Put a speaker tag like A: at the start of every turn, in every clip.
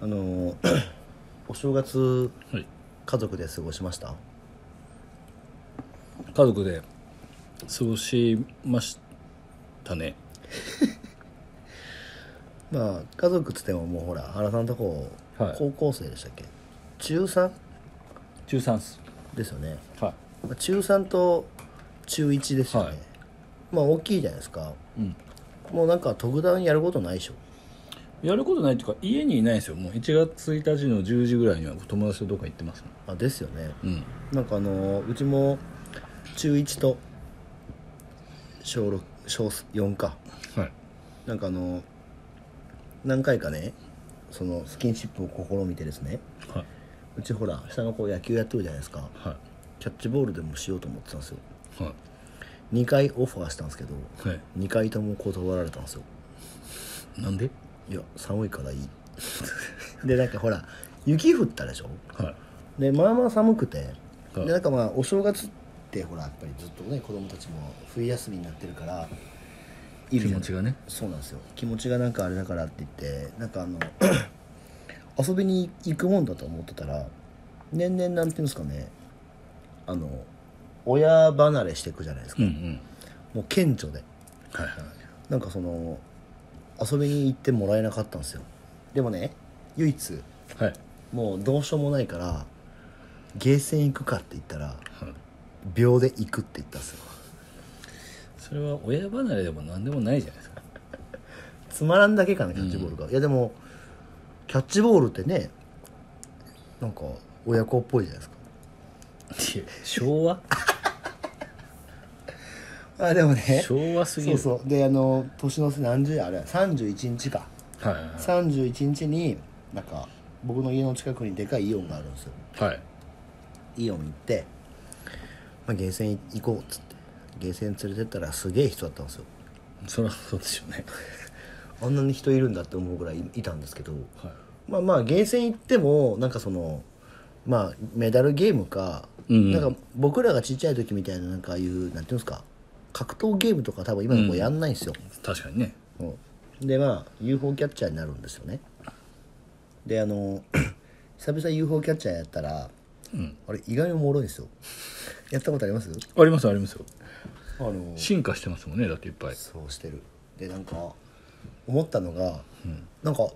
A: あの お正月
B: はい、
A: 家族で過ごしました
B: 家族で過ごしましたね
A: まあ家族っつってももうほら原さんとこ、
B: はい
A: 高校生でしたっけ中 3?
B: 中3っす
A: ですよね、
B: は
A: まあ、中3と中1ですよね、
B: はい
A: まあ大きいじゃないですか
B: い、うん、
A: もうなんか特段やることないでしょ
B: やることないっていうか家にいないんですよもう1月1日の10時ぐらいには友達とどっか行ってますね
A: あですよね
B: うん
A: なんかあのうちも中1と小6小4か
B: はい
A: なんかあの何回かねそのスキンシップを試みてですね
B: はいう
A: ちほら下の子野球やってるじゃないですか
B: は
A: キャッチボールでもしようと思ってたんですよ
B: いは
A: 2回オファーしたんですけど
B: いはい
A: 2回とも断られたんですよ
B: なんで
A: いや寒いからい いでなんかほら雪降ったでしょ
B: はい
A: でまあまあ寒くて
B: は
A: で
B: い
A: なんかまあお正月ってほらやっぱりずっとね子供たちも冬休みになってるからい
B: 気持ちがね
A: そうなんですよ気持ちがなんかあれだからって言ってなんかあの 遊びに行くもんだと思ってたら年々なんていうんですかねあの親離れしていくじゃないですか、
B: うんうん
A: もう顕著で
B: はいはい
A: なんかその遊びに行ってもらえなかったんですよでもね唯一
B: はい
A: もうどうしようもないからゲーセン行くかって言ったら
B: はい
A: 秒で行くって言ったんですよ
B: それは親離れでも何でもないじゃないですか
A: つまらんだけかなキャッチボールが、いやでもキャッチボールってねなんか親子っぽいじゃないです
B: いや昭和
A: かあでもね
B: 昭和すぎ
A: そう
B: る
A: そうであの年の瀬何十あれ31日か
B: はいはい
A: 31日になんか僕の家の近くにでかいイオンがあるんですよ
B: はいはい
A: イオン行って、まあ、ゲーセン行こうっつってゲーセン連れてったらすげえ人だったんですよ
B: そりゃそうですよね
A: あんなに人いるんだって思うぐらいいたんですけど
B: はい
A: まあまあゲーセン行ってもなんかそのまあメダルゲームか、
B: うんうん
A: なんか僕らがちっちゃい時みたいななんかああいうなんていうんですか格闘ゲームとか多分今の子やんないんですよ、
B: 確かにね
A: うんでまあ UFO キャッチャーになるんですよねであの 久々 UFO キャッチャーやったら
B: うん
A: あれ意外におもろいんですよやったことあります
B: ありますありますよ
A: あの
B: 進化してますもんねだっていっぱい
A: そうしてるでなんか思ったのが、なんか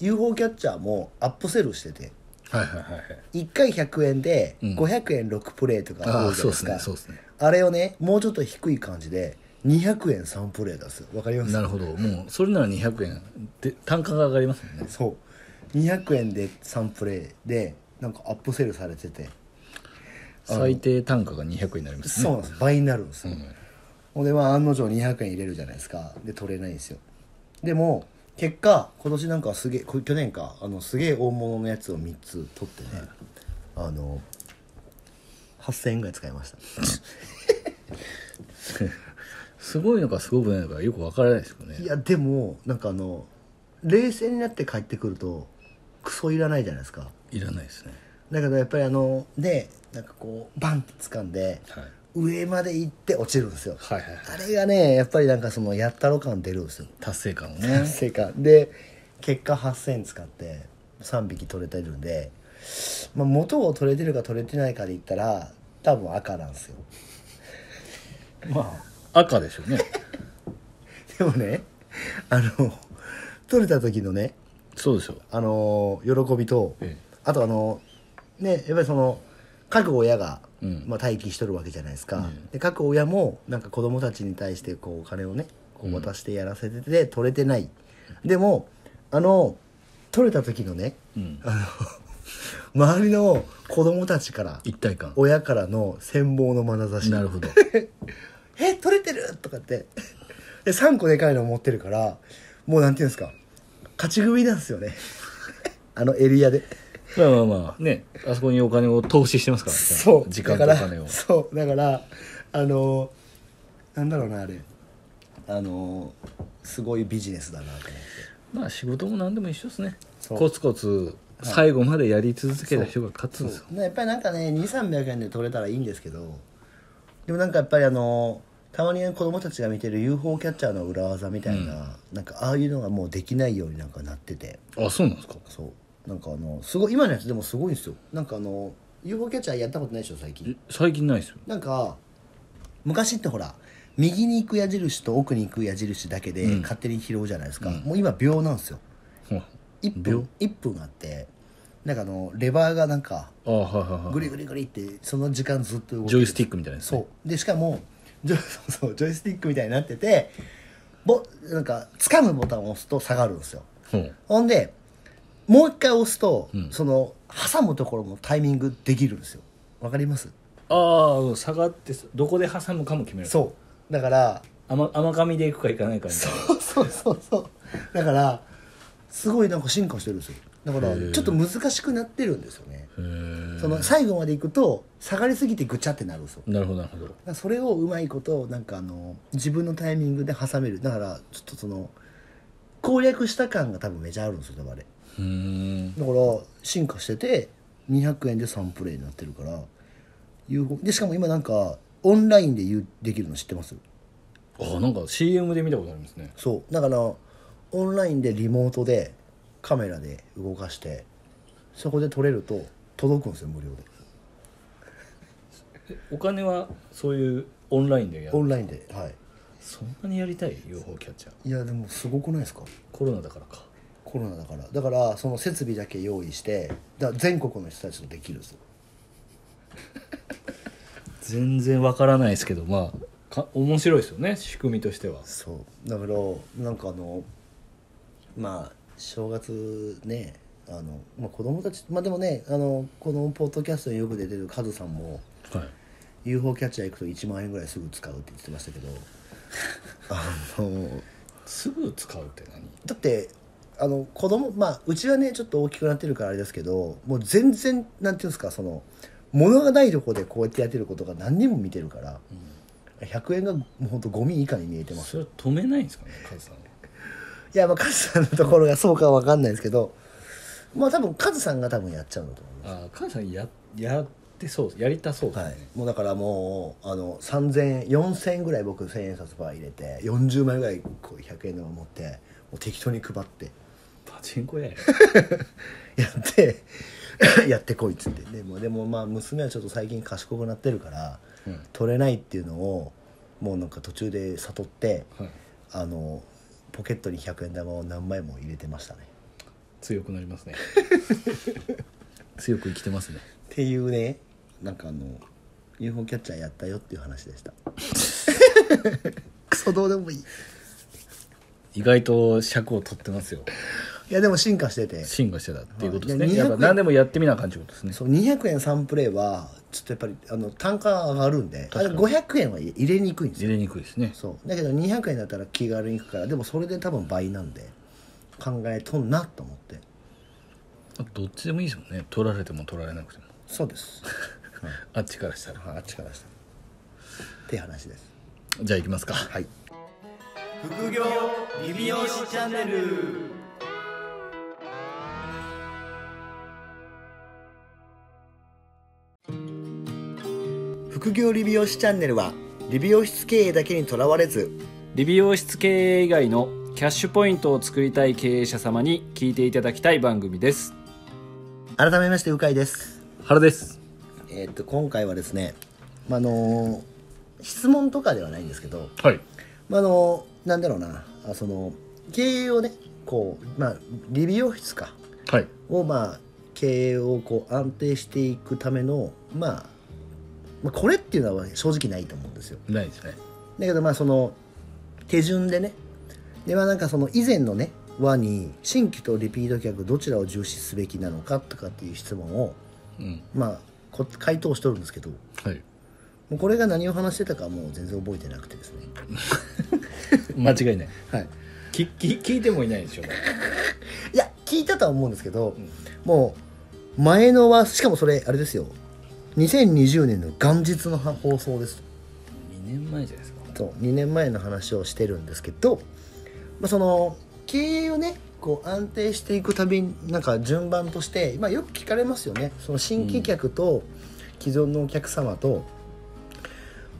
A: UFO キャッチャーもアップセルしてて
B: はいはいはいはい
A: 1回100円で
B: うん
A: 500円6プレイとか
B: あ
A: 多
B: あ
A: いじゃないで
B: そうですす
A: か、
B: ねそうですね
A: あれをねもうちょっと低い感じで200円3プレイ出すわかります
B: なるほどもうそれなら200円で単価が上がりますもんね
A: そう200円で3プレイでなんかアップセルされてて、
B: 最低単価が200円になりますね
A: そうなんです倍になるんですよ、
B: ん
A: ほんでまあ案の定200円入れるじゃないですかで取れないんですよでも結果今年なんかすげえこ去年かあのすげえ大物のやつを3つ取ってね、あの8000円ぐらい使いました
B: すごいのかすごくないのかよくわからないですよね
A: いやでもなんかあの冷静になって帰ってくるとクソいらないじゃないですか
B: いらないですね
A: だけどやっぱりあのねなんかこうバンって掴んで
B: はい
A: 上まで行って落ちるんですよ
B: はいはいはい
A: あれがねやっぱりなんかそのやったろ感出るんですよ
B: 達成感を ね
A: 成果で結果8000使って3匹取れてるんで、まあ、元を取れてるか取れてないかで言ったら多分赤なんですよ
B: まあ赤でしょうね
A: でもねあの取れた時のね
B: そうですよ
A: あの喜びと、
B: え
A: あとあのねやっぱりその各親が、
B: うん
A: まあ、待機しとるわけじゃないですか、で各親もなんか子供たちに対してこうお金をねこう渡してやらせてて、取れてないでもあの取れた時のね
B: うん
A: あの 周りの子供たちから
B: 一体感
A: 親からの羨望の眼差し
B: なるほど
A: え取れてるとかってで3個でかいの持ってるからもうなんていうんですか勝ち組なんですよねあのエリアで
B: まあまあまあねあそこにお金を投資してますからね
A: そう
B: 時間と
A: だ
B: お
A: から
B: 金を
A: そうだからあのなんだろうなあれあのすごいビジネスだなと思って
B: まあ仕事も何でも一緒ですね
A: そう
B: コツコツ最後までやり続けた人が勝つんですよ
A: そうやっぱりなんかね2300円で取れたらいいんですけどでもなんかやっぱりあのたまに子供たちが見てる UFO キャッチャーの裏技みたいな、なんかああいうのがもうできないようになんかなってて
B: あそうなんですか
A: そうなんかあのすごい今のやつでもすごいんですよなんかあの UFO キャッチャーやったことないでしょ最近
B: え最近ないですよ
A: なんか昔ってほら右に行く矢印と奥に行く矢印だけで
B: うん
A: 勝手に拾うじゃないですか、もう今秒なんですよ
B: は
A: 1
B: 秒
A: 分一分あってなんかあのレバーがなんか
B: ああはいはいはい
A: グリグリグリってその時間ずっと動いて
B: ジョイスティックみたいなやつね
A: そうでしかもジョそうそうジョイステ ィックみたいになっててぼなんか掴むボタンを押すと下がるんですよ
B: ほう
A: ほんでもう一回押すと、
B: ん
A: その挟むところもタイミングできるんですよわかります
B: ああ下がってどこで挟むかも決める
A: そうだから
B: 甘甘噛みでいくかいかないかみたいな
A: そうそうそうそうだからすごいなんか進化してるんですよだから
B: へー
A: ちょっと難しくなってるんですよね
B: へー
A: その最後まで行くと下がりすぎてぐちゃってなるんですよ
B: なるほどなるほど
A: だからそれをうまいことなんかあの自分のタイミングで挟めるだからちょっとその攻略した感が多分めちゃあるんですよ多分あれ
B: うーん
A: だから進化してて200円で3プレイになってるから UFO でしかも今なんかオンラインで言うできるの知ってます
B: あなんか CM で見たことありますね
A: そうだからオンラインでリモートでカメラで動かしてそこで撮れると届くんですよ無料で
B: お金はそういうオンラインでや
A: オ
B: る
A: ンラインではい
B: そんなにやりたい UFO キャッチャー
A: いやでもすごくないですか
B: コロナだからか
A: コロナだからだからその設備だけ用意してだから全国の人たちとできるんですよ
B: 全然わからないですけどまあか面白いですよね仕組みとしては
A: そうだからなんかあのまあ正月ねあの、まあ、子供たちまあでもねあのこのポッドキャストによく出てるカズさんも
B: はい
A: UFO キャッチャー行くと1万円ぐらいすぐ使うって言ってましたけどあの
B: すぐ使うって何
A: だってあの子供まあうちはねちょっと大きくなってるからあれですけどもう全然なんていうんですかその物がないとこでこうやってやってることが何人も見てるから、100円がもうほんとゴミ以下に見えてます
B: それは止めないんですかねカズさんはい
A: やまあカズさんのところがそうかは分かんないですけどまあ多分カズさんが多分やっちゃうんだと思いま
B: あカズさんややってそうですやりたそうです
A: す、
B: ね、
A: はい、もうだからもうあの3000円4000円ぐらい僕1000円札ば入れて40枚ぐらいこう100円玉持ってもう適当に配って
B: パチンコやよ
A: やって やってこいっつってでもでもまあ娘はちょっと最近賢くなってるから、
B: うん
A: 取れないっていうのをもうなんか途中で悟って
B: はい
A: あのポケットに100円玉を何枚も入れてましたね
B: 強くなりますね 強く生きてますね
A: っていうねなんかあの UFO キャッチャーやったよっていう話でした クソどうでもいいい
B: 意外と尺を取ってますよ
A: やでも進化してて
B: 進化してたっていうことですね、
A: はいいや
B: や
A: 200
B: っぱ何でもやってみなあかんってことですね
A: そう200円3プレイはちょっとやっぱりあの単価が上がるんであれ500円は入れにくいんですよ
B: 入れにくいですね
A: そうだけど200円だったら気軽に行くからでもそれで多分倍なんで考えとんなと思って
B: あどっちでもいいですもんね取られても取られなくても
A: そう です、
B: あっちからしたら
A: はい、あっちからしたって話です
B: じゃあ行きますか
A: はい副業理美容師チャンネル副業理美容師チャンネルは理美容室経営だけにとらわれず
C: 理美容室経営以外のキャッシュポイントを作りたい経営者様に聞いていただきたい番組です
A: 改めましてうかいです
B: 原です
A: えーっと今回はですね、まああの質問とかではないんですけど、
B: はい
A: まああのなんだろうなあその経営をねこう、まあ、理美容室か
B: はい
A: を、まあ、経営をこう安定していくための、まあ、まあこれっていうのは正直ないと思うんですよ
B: ないですね
A: だけどまあその手順でねでまあなんかその以前のね輪に新規とリピート客どちらを重視すべきなのかとかっていう質問を
B: うん
A: まあこ回答しとるんですけど
B: はい
A: もうこれが何を話してたかはもう全然覚えてなくてですね
B: 間違いない
A: はい
B: きき聞いてもいないでしょ
A: いや聞いたとは思うんですけど、もう前のはしかもそれあれですよ2020年の元日の放送です
B: 2年前じゃないですか
A: と2年前の話をしてるんですけど、まあ、その経営をねこう安定していくたびになんか順番として、まあ、よく聞かれますよねその新規客と既存のお客様と、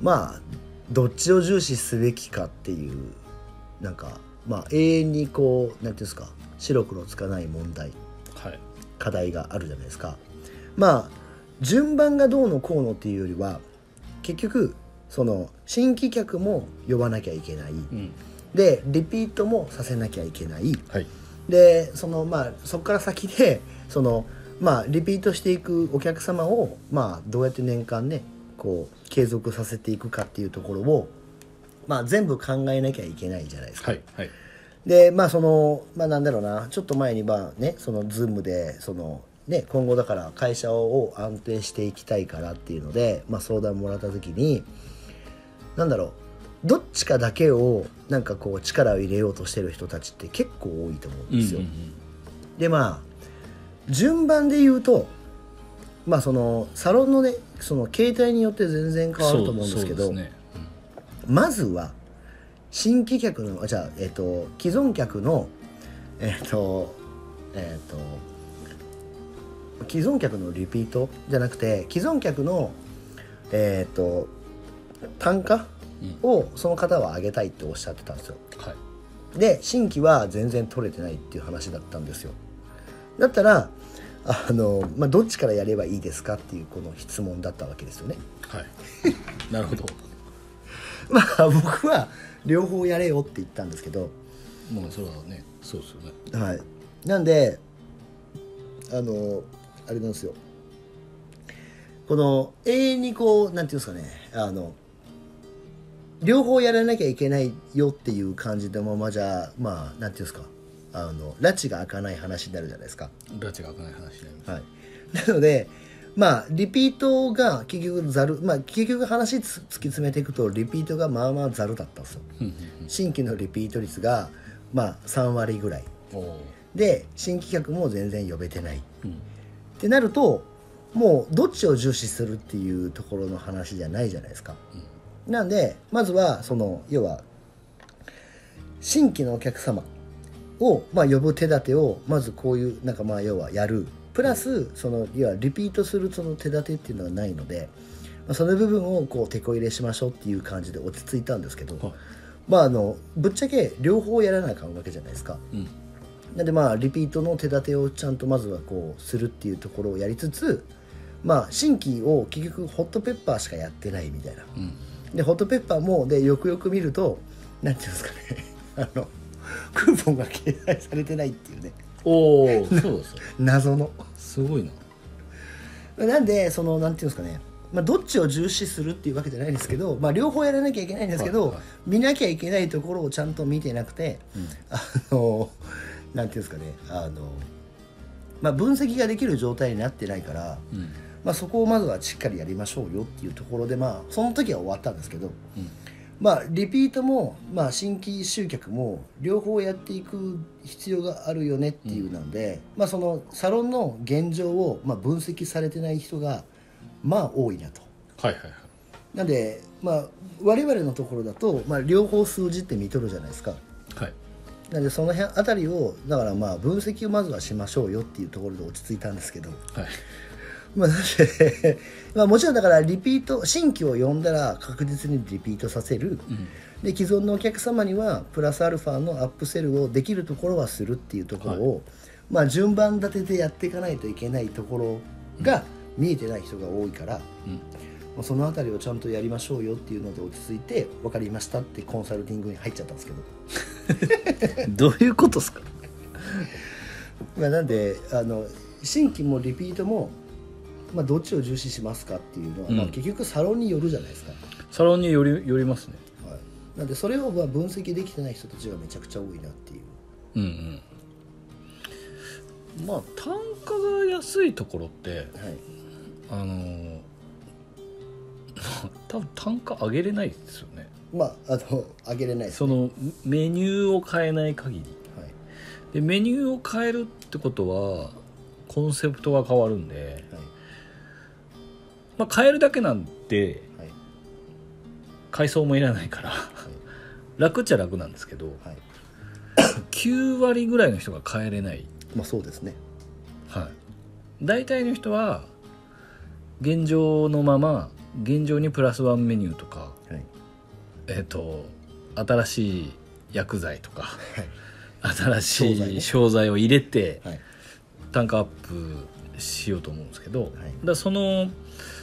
A: まあどっちを重視すべきかっていうなんかまあ永遠にこうなんていうんですか白黒つかない問題
B: はい
A: 課題があるじゃないですかまあ順番がどうのこうのっていうよりは結局その新規客も呼ばなきゃいけない、
B: うん
A: でリピートもさせなきゃいけない
B: はい
A: でそのまあそこから先でそのまあリピートしていくお客様をまあどうやって年間ねこう継続させていくかっていうところをまあ全部考えなきゃいけないじゃないですか。
B: はいはい
A: でまあそのまあなんだろうなちょっと前にまあねそのズームでそのね今後だから会社を安定していきたいからっていうので、まあ、相談もらった時になんだろうどっちかだけをなんかこう力を入れようとしてる人たちって結構多いと思うんですよ。
B: うんうんうん
A: でまあ順番で言うとまあそのサロンのねその形態によって全然変わると思うんですけど
B: そうそうですね
A: まずは新規客のあじゃあ、えっと既存客のえっ、とえっ、と既存客のリピートじゃなくて既存客のえっ、と単価をその方は上げたいっておっしゃってたんですよ。
B: はい
A: で新規は全然取れてないっていう話だったんですよだったらあの、まあ、どっちからやればいいですかっていうこの質問だったわけですよね
B: はい なるほど
A: まあ僕は両方やれよって言ったんですけど、
B: もうそれはねそうですよね
A: はい、なんであのあれなんですよこの永遠にこうなんていうんですかねあの両方やらなきゃいけないよっていう感じのままじゃまあなんていうんですかあの拉致が開かない話になるじゃないですか
B: 拉致が開かない話になります
A: はい、なのでまあリピートが結局ざるまあ結局話つ突き詰めていくとリピートがまあまあざるだったんですよ
B: うんうん
A: 新規のリピート率がまあ3割ぐらい
B: うんおー
A: で新規客も全然呼べてないっ
B: うん
A: てなるともうどっちを重視するっていうところの話じゃないじゃないですか、なんでまずはその要は新規のお客様を、まあ、呼ぶ手立てをまずこういうなんかまあ要はやるプラスその要はリピートするその手立てっていうのはないので、まあ、その部分をこう手こ入れしましょうっていう感じで落ち着いたんですけど、
B: はい
A: まああのぶっちゃけ両方やらなあかんわけじゃないですか。
B: うん
A: なんでまあリピートの手立てをちゃんとまずはこうするっていうところをやりつつまあ新規を結局ホットペッパーしかやってないみたいな
B: うん
A: でホットペッパーもでよくよく見るとなんていうんですかね あのクーポンが掲載されてないっていうね
B: おお そうですよ
A: 謎の
B: すごいな
A: なんでそのなんていうんですかねまあ、どっちを重視するっていうわけじゃないですけど、まあ、両方やらなきゃいけないんですけど、
B: はいはい
A: 見なきゃいけないところをちゃんと見てなくて、あのなんていうんですかねあの、まあ、分析ができる状態になってないから、
B: うん
A: まあ、そこをまずはしっかりやりましょうよっていうところで、まあ、その時は終わったんですけど、
B: うん
A: まあ、リピートも、まあ、新規集客も両方やっていく必要があるよねっていうなんで、まあ、そのサロンの現状を、まあ、分析されてない人がまあ多いなと。
B: はいはいはい
A: なんで、まあ、我々のところだと、まあ、両方数字って見とるじゃないですか。
B: はい
A: なんでその辺あたりをだからまあ分析をまずはしましょうよっていうところで落ち着いたんですけど、
B: はい
A: まあ、なんで まあもちろんだからリピート新規を呼んだら確実にリピートさせる、で既存のお客様にはプラスアルファのアップセルをできるところはするっていうところを、まあ、順番立てでやっていかないといけないところが見えてない人が多いから。
B: うん
A: まあその辺りをちゃんとやりましょうよっていうので落ち着いて分かりましたってコンサルティングに入っちゃったんですけど
B: どういうことですか
A: まあ、なんであの新規もリピートも、まあ、どっちを重視しますかっていうのは、
B: うん
A: まあ、結局サロンによるじゃないですか、
B: サロンによりよりますね
A: はい、なんでそれをまあ分析できてない人たちがめちゃくちゃ多いなっていう
B: うんうんまあ単価が安いところって
A: はい
B: あのー 多分単価上げれないですよね
A: まああの上げれないです
B: そのメニューを変えない限り
A: はい
B: でメニューを変えるってことはコンセプトが変わるんで、
A: は
B: まあ、変えるだけなんて
A: いはい
B: 階層もいらないから 楽っちゃ楽なんですけど
A: はい、はい、
B: 9割ぐらいの人が変えれない、
A: まあそうですね
B: はい、大体の人は現状のまま現状にプラスワンメニューとか、
A: はい
B: えっと新しい薬剤とか
A: はい
B: 新し
A: 商材ね
B: い商材を入れて
A: はい
B: 単価アップしようと思うんですけど、だ
A: い
B: からその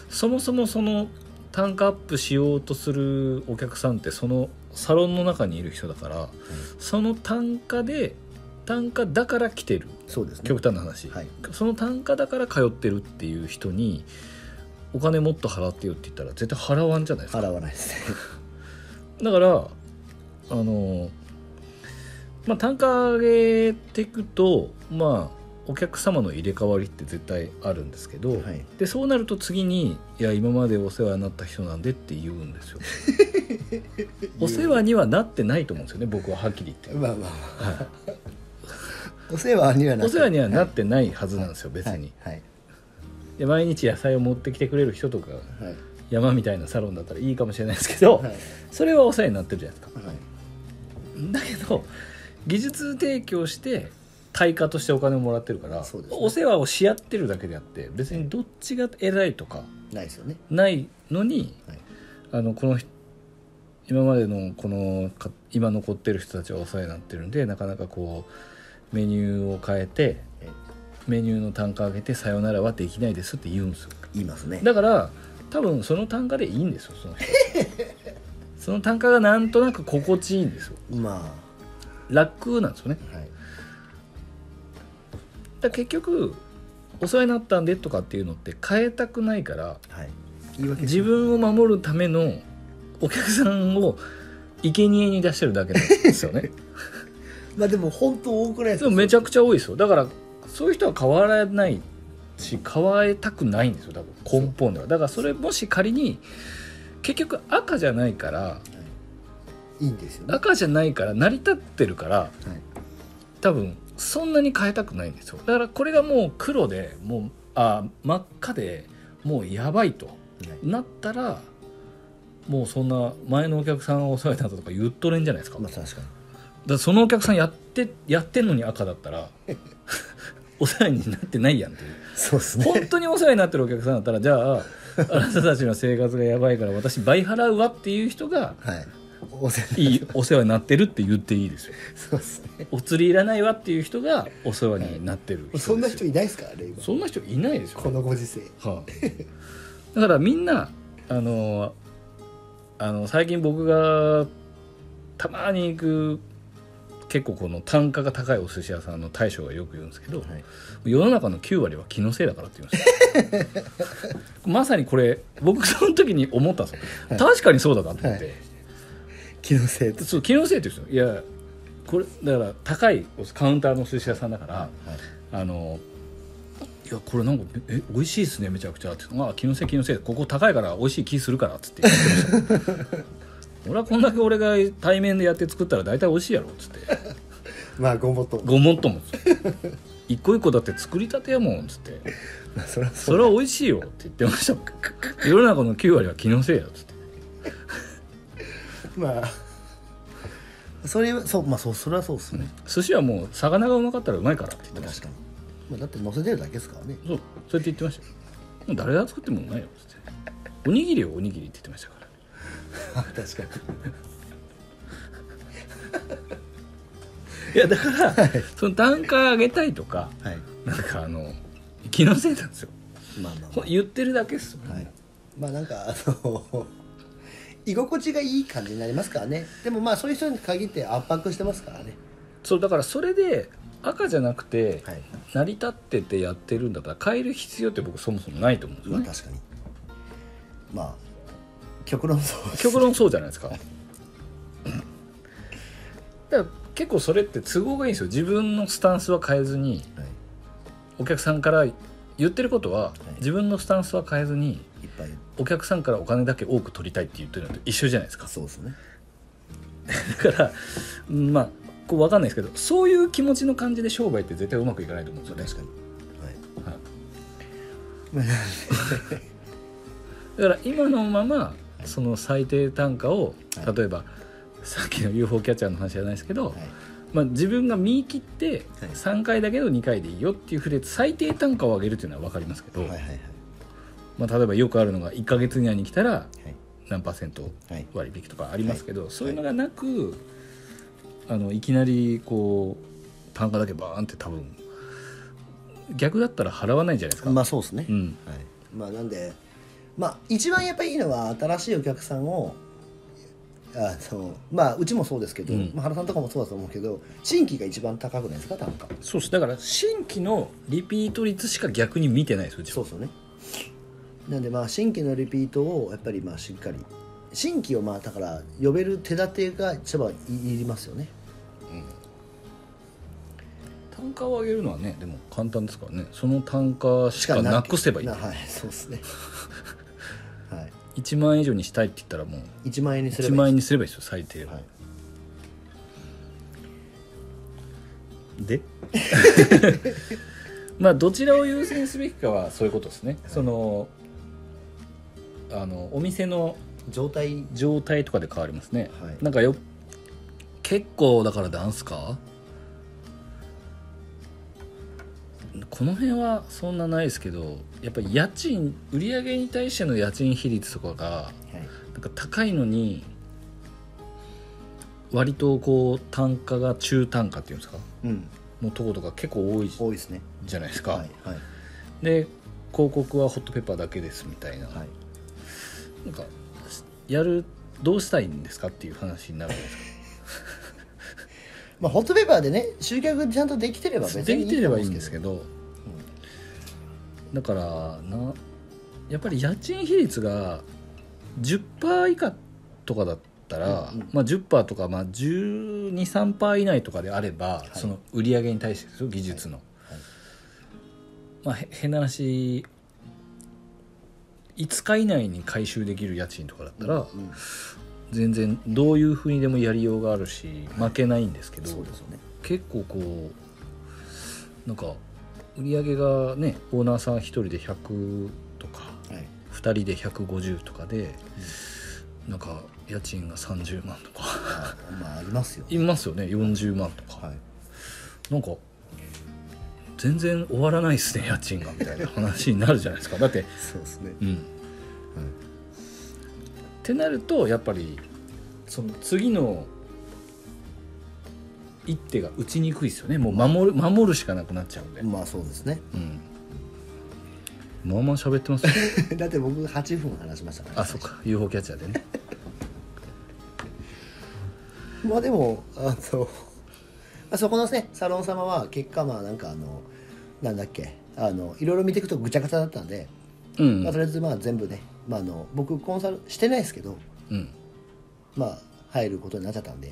B: そもそもその単価アップしようとするお客さんってそのサロンの中にいる人だから、その単価で単価だから来てる
A: そうですね
B: 極端な話、
A: はい
B: その単価だから通ってるっていう人にお金もっと払ってよって言ったら絶対払わんじゃないですか
A: 払わないですね
B: だからあのまあ単価上げていくとまあお客様の入れ替わりって絶対あるんですけど、
A: はい
B: でそうなると次に「いや今までお世話になった人なんで」って言うんです よお世話にはなってないと思うんですよね僕ははっきり言って
A: まあまあまあお世話にはな
B: お世話にはな
A: っ
B: ってないはずなんですよ別に、
A: はい
B: で毎日野菜を持ってきてくれる人とか
A: はい
B: 山みたいなサロンだったらいいかもしれないですけど、
A: はい
B: それはお世話になってるじゃないですか
A: はい
B: だけど技術提供して対価としてお金をもらってるから、
A: そうですね
B: お世話をし合ってるだけであって別にどっちが偉いとか
A: ないですよね
B: ないのに、
A: はい
B: あのこの人今までのこのか今残ってる人たちはお世話になってるんでなかなかこうメニューを変えて
A: え
B: メニューの単価上げて「さよならはできないです」って言うんですよ
A: 言いますね
B: だから多分その単価でいいんですよその人 その単価がなんとなく心地いいんですよ
A: ま
B: 楽なんですよね
A: あはい
B: だから結局お世話になったんでとかっていうのって変えたくないから
A: はい言い訳
B: 自分を守るためのお客さんを生贄に出してるだけなんですよね
A: まあでも本当多くないです
B: で
A: か
B: もめちゃくちゃ多いですよだからそういう人は変わらないし変わりたくないんですよ多分根本ではだからそれもし仮に結局赤じゃないから
A: いいんですよね
B: 赤じゃないから成り立ってるから
A: はい
B: 多分そんなに変えたくないんですよだからこれがもう黒でもうあ真っ赤でもうやばいと
A: はい
B: なったらもうそんな前のお客さんをお世話になったとか言っとれんじゃないですか,、
A: まあ
B: だか
A: 確かに
B: らそのお客さんやってやってんのに赤だったら お世話になってないやんっていう
A: そうです
B: 本当にお世話になってるお客さんだったらじゃああなたたちの生活がやばいから私倍払うわっていう人が
A: はいお世話
B: いいお世話になってるって言っていいですよ
A: そうですね
B: お釣りいらないわっていう人がお世話になってる人ですよ
A: そんな人いないですからね今
B: そんな人いないですよ、
A: このご時世
B: はあだからみんなあのあの最近僕がたまに行く結構この単価が高いお寿司屋さんの大将がよく言うんですけど、
A: い
B: 世の中の9割は気のせいだからって言いました まさにこれ僕その時に思ったんですよ、確かにそうだなと思って、
A: は気のせいと
B: そう気のせいって言うんですよいやこれだから高いカウンターのお寿司屋さんだから、あのいやこれなんかえ美味しいですねめちゃくちゃって言ってまあ気のせい気のせいここ高いから美味しい気するからっつって言ってました 俺はこんだけ俺が対面でやって作ったら大体美味しいやろっつって
A: まあごもっと
B: ごもっともっつって一個一個だって作りたてやもんっつって
A: まあそれは
B: それは美味しいよって言ってました世の中の9割は気のせいやっつって
A: まあそれはそうまあそうそれはそうですね
B: 寿司はもう魚がうまかったらうまいからって言って
A: まあ
B: まし
A: 確
B: た
A: かにまあだって乗せてるだけですからね
B: そうそうやって言ってましたよもう誰が作ってもうまいよっつっておにぎりをおにぎりって言ってましたから
A: 確かに
B: いやだから、その単価上げたいとか
A: はい
B: なんかあの気のせいなんですよ
A: まあまあ
B: ほ
A: ま
B: 言ってるだけっすよ、
A: あはいまあなんかあの 居心地がいい感じになりますからねでもまあそういう人に限って圧迫してますからね
B: そうだからそれで赤じゃなくて、
A: はい
B: 成り立っててやってるんだったら変える必要って僕そもそもないと思うんです
A: まあ
B: よね、
A: 確かにまあ極論そうです
B: 極論そうじゃないですかだ から結構それって都合がいいんですよ自分のスタンスは変えずに
A: はい
B: お客さんから言ってることは、自分のスタンスは変えずに
A: いっぱい
B: お客さんからお金だけ多く取りたいって言ってるのと一緒じゃないですか
A: そうですね
B: だからうんまあこうわかんないですけどそういう気持ちの感じで商売って絶対うまくいかないと思うんです
A: 確
B: よね
A: かにはい
B: だから今のままその最低単価を
A: はい
B: 例えば、さっきの UFO キャッチャーの話じゃないですけど、
A: はい
B: まあ、自分が見切って
A: はい
B: 3回だけど2回でいいよっていうふうで最低単価を上げるっていうのは分かりますけど、
A: はいはいはい
B: まあ、例えばよくあるのが1か月以内に来たら何パーセント
A: はい
B: 割引とかありますけど、そういうのがなく、あのいきなりこう単価だけバーンって多分逆だったら払わないじゃないですか、
A: まあそうですね、
B: うん
A: はい、まあなんでまあ一番やっぱりいいのは新しいお客さんをあのまあうちもそうですけど、
B: うん
A: まあ、原さんとかもそうだと思うけど新規が一番高くないですか単価
B: そうですだから新規のリピート率しか逆に見てないですうち
A: そう
B: は
A: ですよねなんでまあ新規のリピートをやっぱりまあしっかり新規をまあだから呼べる手立てが一番いいりますよね
B: 単価を上げるのはねでも簡単ですからねその単価しか
A: な
B: なくせばいい
A: なはいそうですね はい
B: 1万円以上にしたいって言ったらもう
A: 1万円にすれ
B: 1
A: ば
B: 万
A: いい
B: 円
A: で
B: にすればいいですよ最低
A: す
B: は、
A: はい
B: でまあどちらを優先すべきかはそういうことですね、そのあのお店の
A: 状態
B: 状態とかで変わりますね、
A: はい
B: なんかよ結構だからダンスかこの辺はそんなないですけどやっぱり家賃売り上げに対しての家賃比率とかが
A: はい
B: なんか高いのに割とこう単価が中単価っていうんですか
A: うん
B: のとことか結構多い
A: 多いですね
B: じゃないですか、
A: はいはい
B: で広告はホットペッパーだけですみたいな、
A: はい
B: なんかやるどうしたいんですかっていう話になるじゃないですか
A: まあホットペーパーでね集客ちゃんとできてれば別
B: で
A: に
B: きてればいいんですけ
A: ど
B: ど、だからなやっぱり家賃比率が10%以下とかだったら、
A: うんうん
B: まあ、10%とか、まあ、123%以内とかであれば、
A: い
B: その売り上げに対してですよ技術の、
A: いはい
B: まあへ変な話5日以内に回収できる家賃とかだったら、
A: うん
B: 全然どういうふうにでもやりようがあるし負けないんですけど、
A: そうですよね
B: 結構こうなんか売り上げがねオーナーさん1人で100とか
A: はい
B: 2人で150とかで、なんか家賃が30万とか
A: あまあありますよ
B: いますよね40万とか、
A: はい
B: なんか全然終わらないですね家賃がみたいな話になるじゃないですかだって
A: そうですね
B: うん、ってなるとやっぱりその次の一手が打ちにくいですよねもう守る守るしかなくなっちゃうんで、
A: まあそうですね
B: うん、まあまあ喋ってますよ
A: だって僕8分話しましたからね
B: あそっか UFO キャッチャーでね
A: まあでもあの、ま あ、そこのねサロン様は結果まあなんかあのなんだっけあのいろいろ見ていくとぐちゃぐちゃだったんで、
B: うん
A: まあ、とりあえずまあ全部ね、まあ、あの僕コンサルしてないですけど
B: うん
A: まあ入ることになっちゃった んで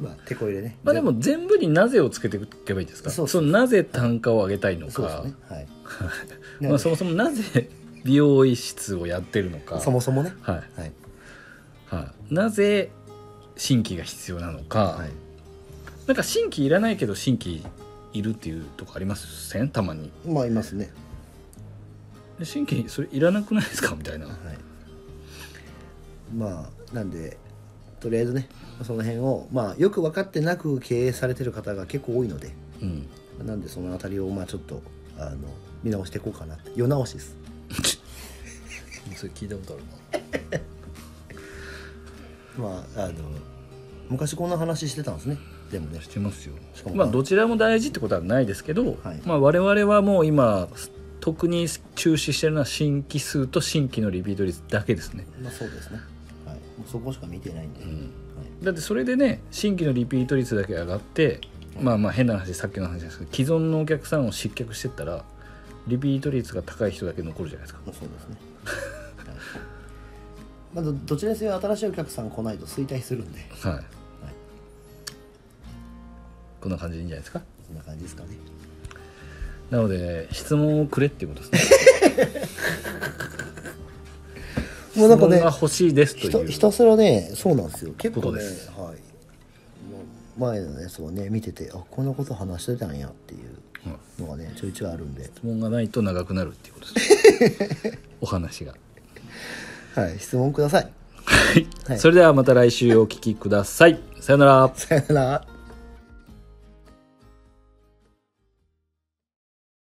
A: まあ手こ入れね
B: まあでも全部になぜをつけていけばいいですか
A: そうそう
B: のなぜ単価を上げたいの
A: そうです
B: か
A: ねはい
B: まあ、そもそもなぜ美容室をやってるのか
A: そもそもね
B: はい
A: はい
B: はい、なぜ新規が必要なのか、
A: はい
B: なんか新規いらないけど新規いるっていうとこありますせんたまに
A: まあいますね
B: で新規それいらなくないですかみたいな
A: はい、まあなんでとりあえずねその辺を、まあ、よく分かってなく経営されてる方が結構多いので
B: うん
A: なんでその辺りをまあちょっとあの見直していこうかなって世直しです
B: それ聞いたことある
A: まああの昔こんな話してたんですねでもね
B: なしてますよ
A: しかも
B: まあどちらも大事ってことはないですけど、
A: はい
B: まあ、我々はもう今特に注視してるのは新規数と新規のリピート率だけですね
A: まあそうですね、はい、もうそこしか見てないんで、
B: ん
A: はい
B: だってそれでね新規のリピート率だけ上がって、まあまあ変な話さっきの話ですけど既存のお客さんを失脚してったらリピート率が高い人だけ残るじゃないですか
A: まあそうですね、はいまあ、どどちらにせよ新しいお客さん来ないと衰退するんで
B: はい、こんな感じでいいんじゃないですか
A: そんな感じですか ね
B: なので質問をくれっていうこ とですね
A: もうなんかね
B: 質問が欲しいですと
A: ひと
B: いう
A: ひたすらねそうなんですよ結
B: こ
A: 構
B: と
A: ね
B: です
A: はいもう前のやつをね見ててあこんなこと話してたんやっていうのがねちょいちょいあるんで、
B: 質問がないと長くなるっていうことですねお話が、
A: はい、質問ください
B: それではまた来週お聞きくださいさよなら
A: さよなら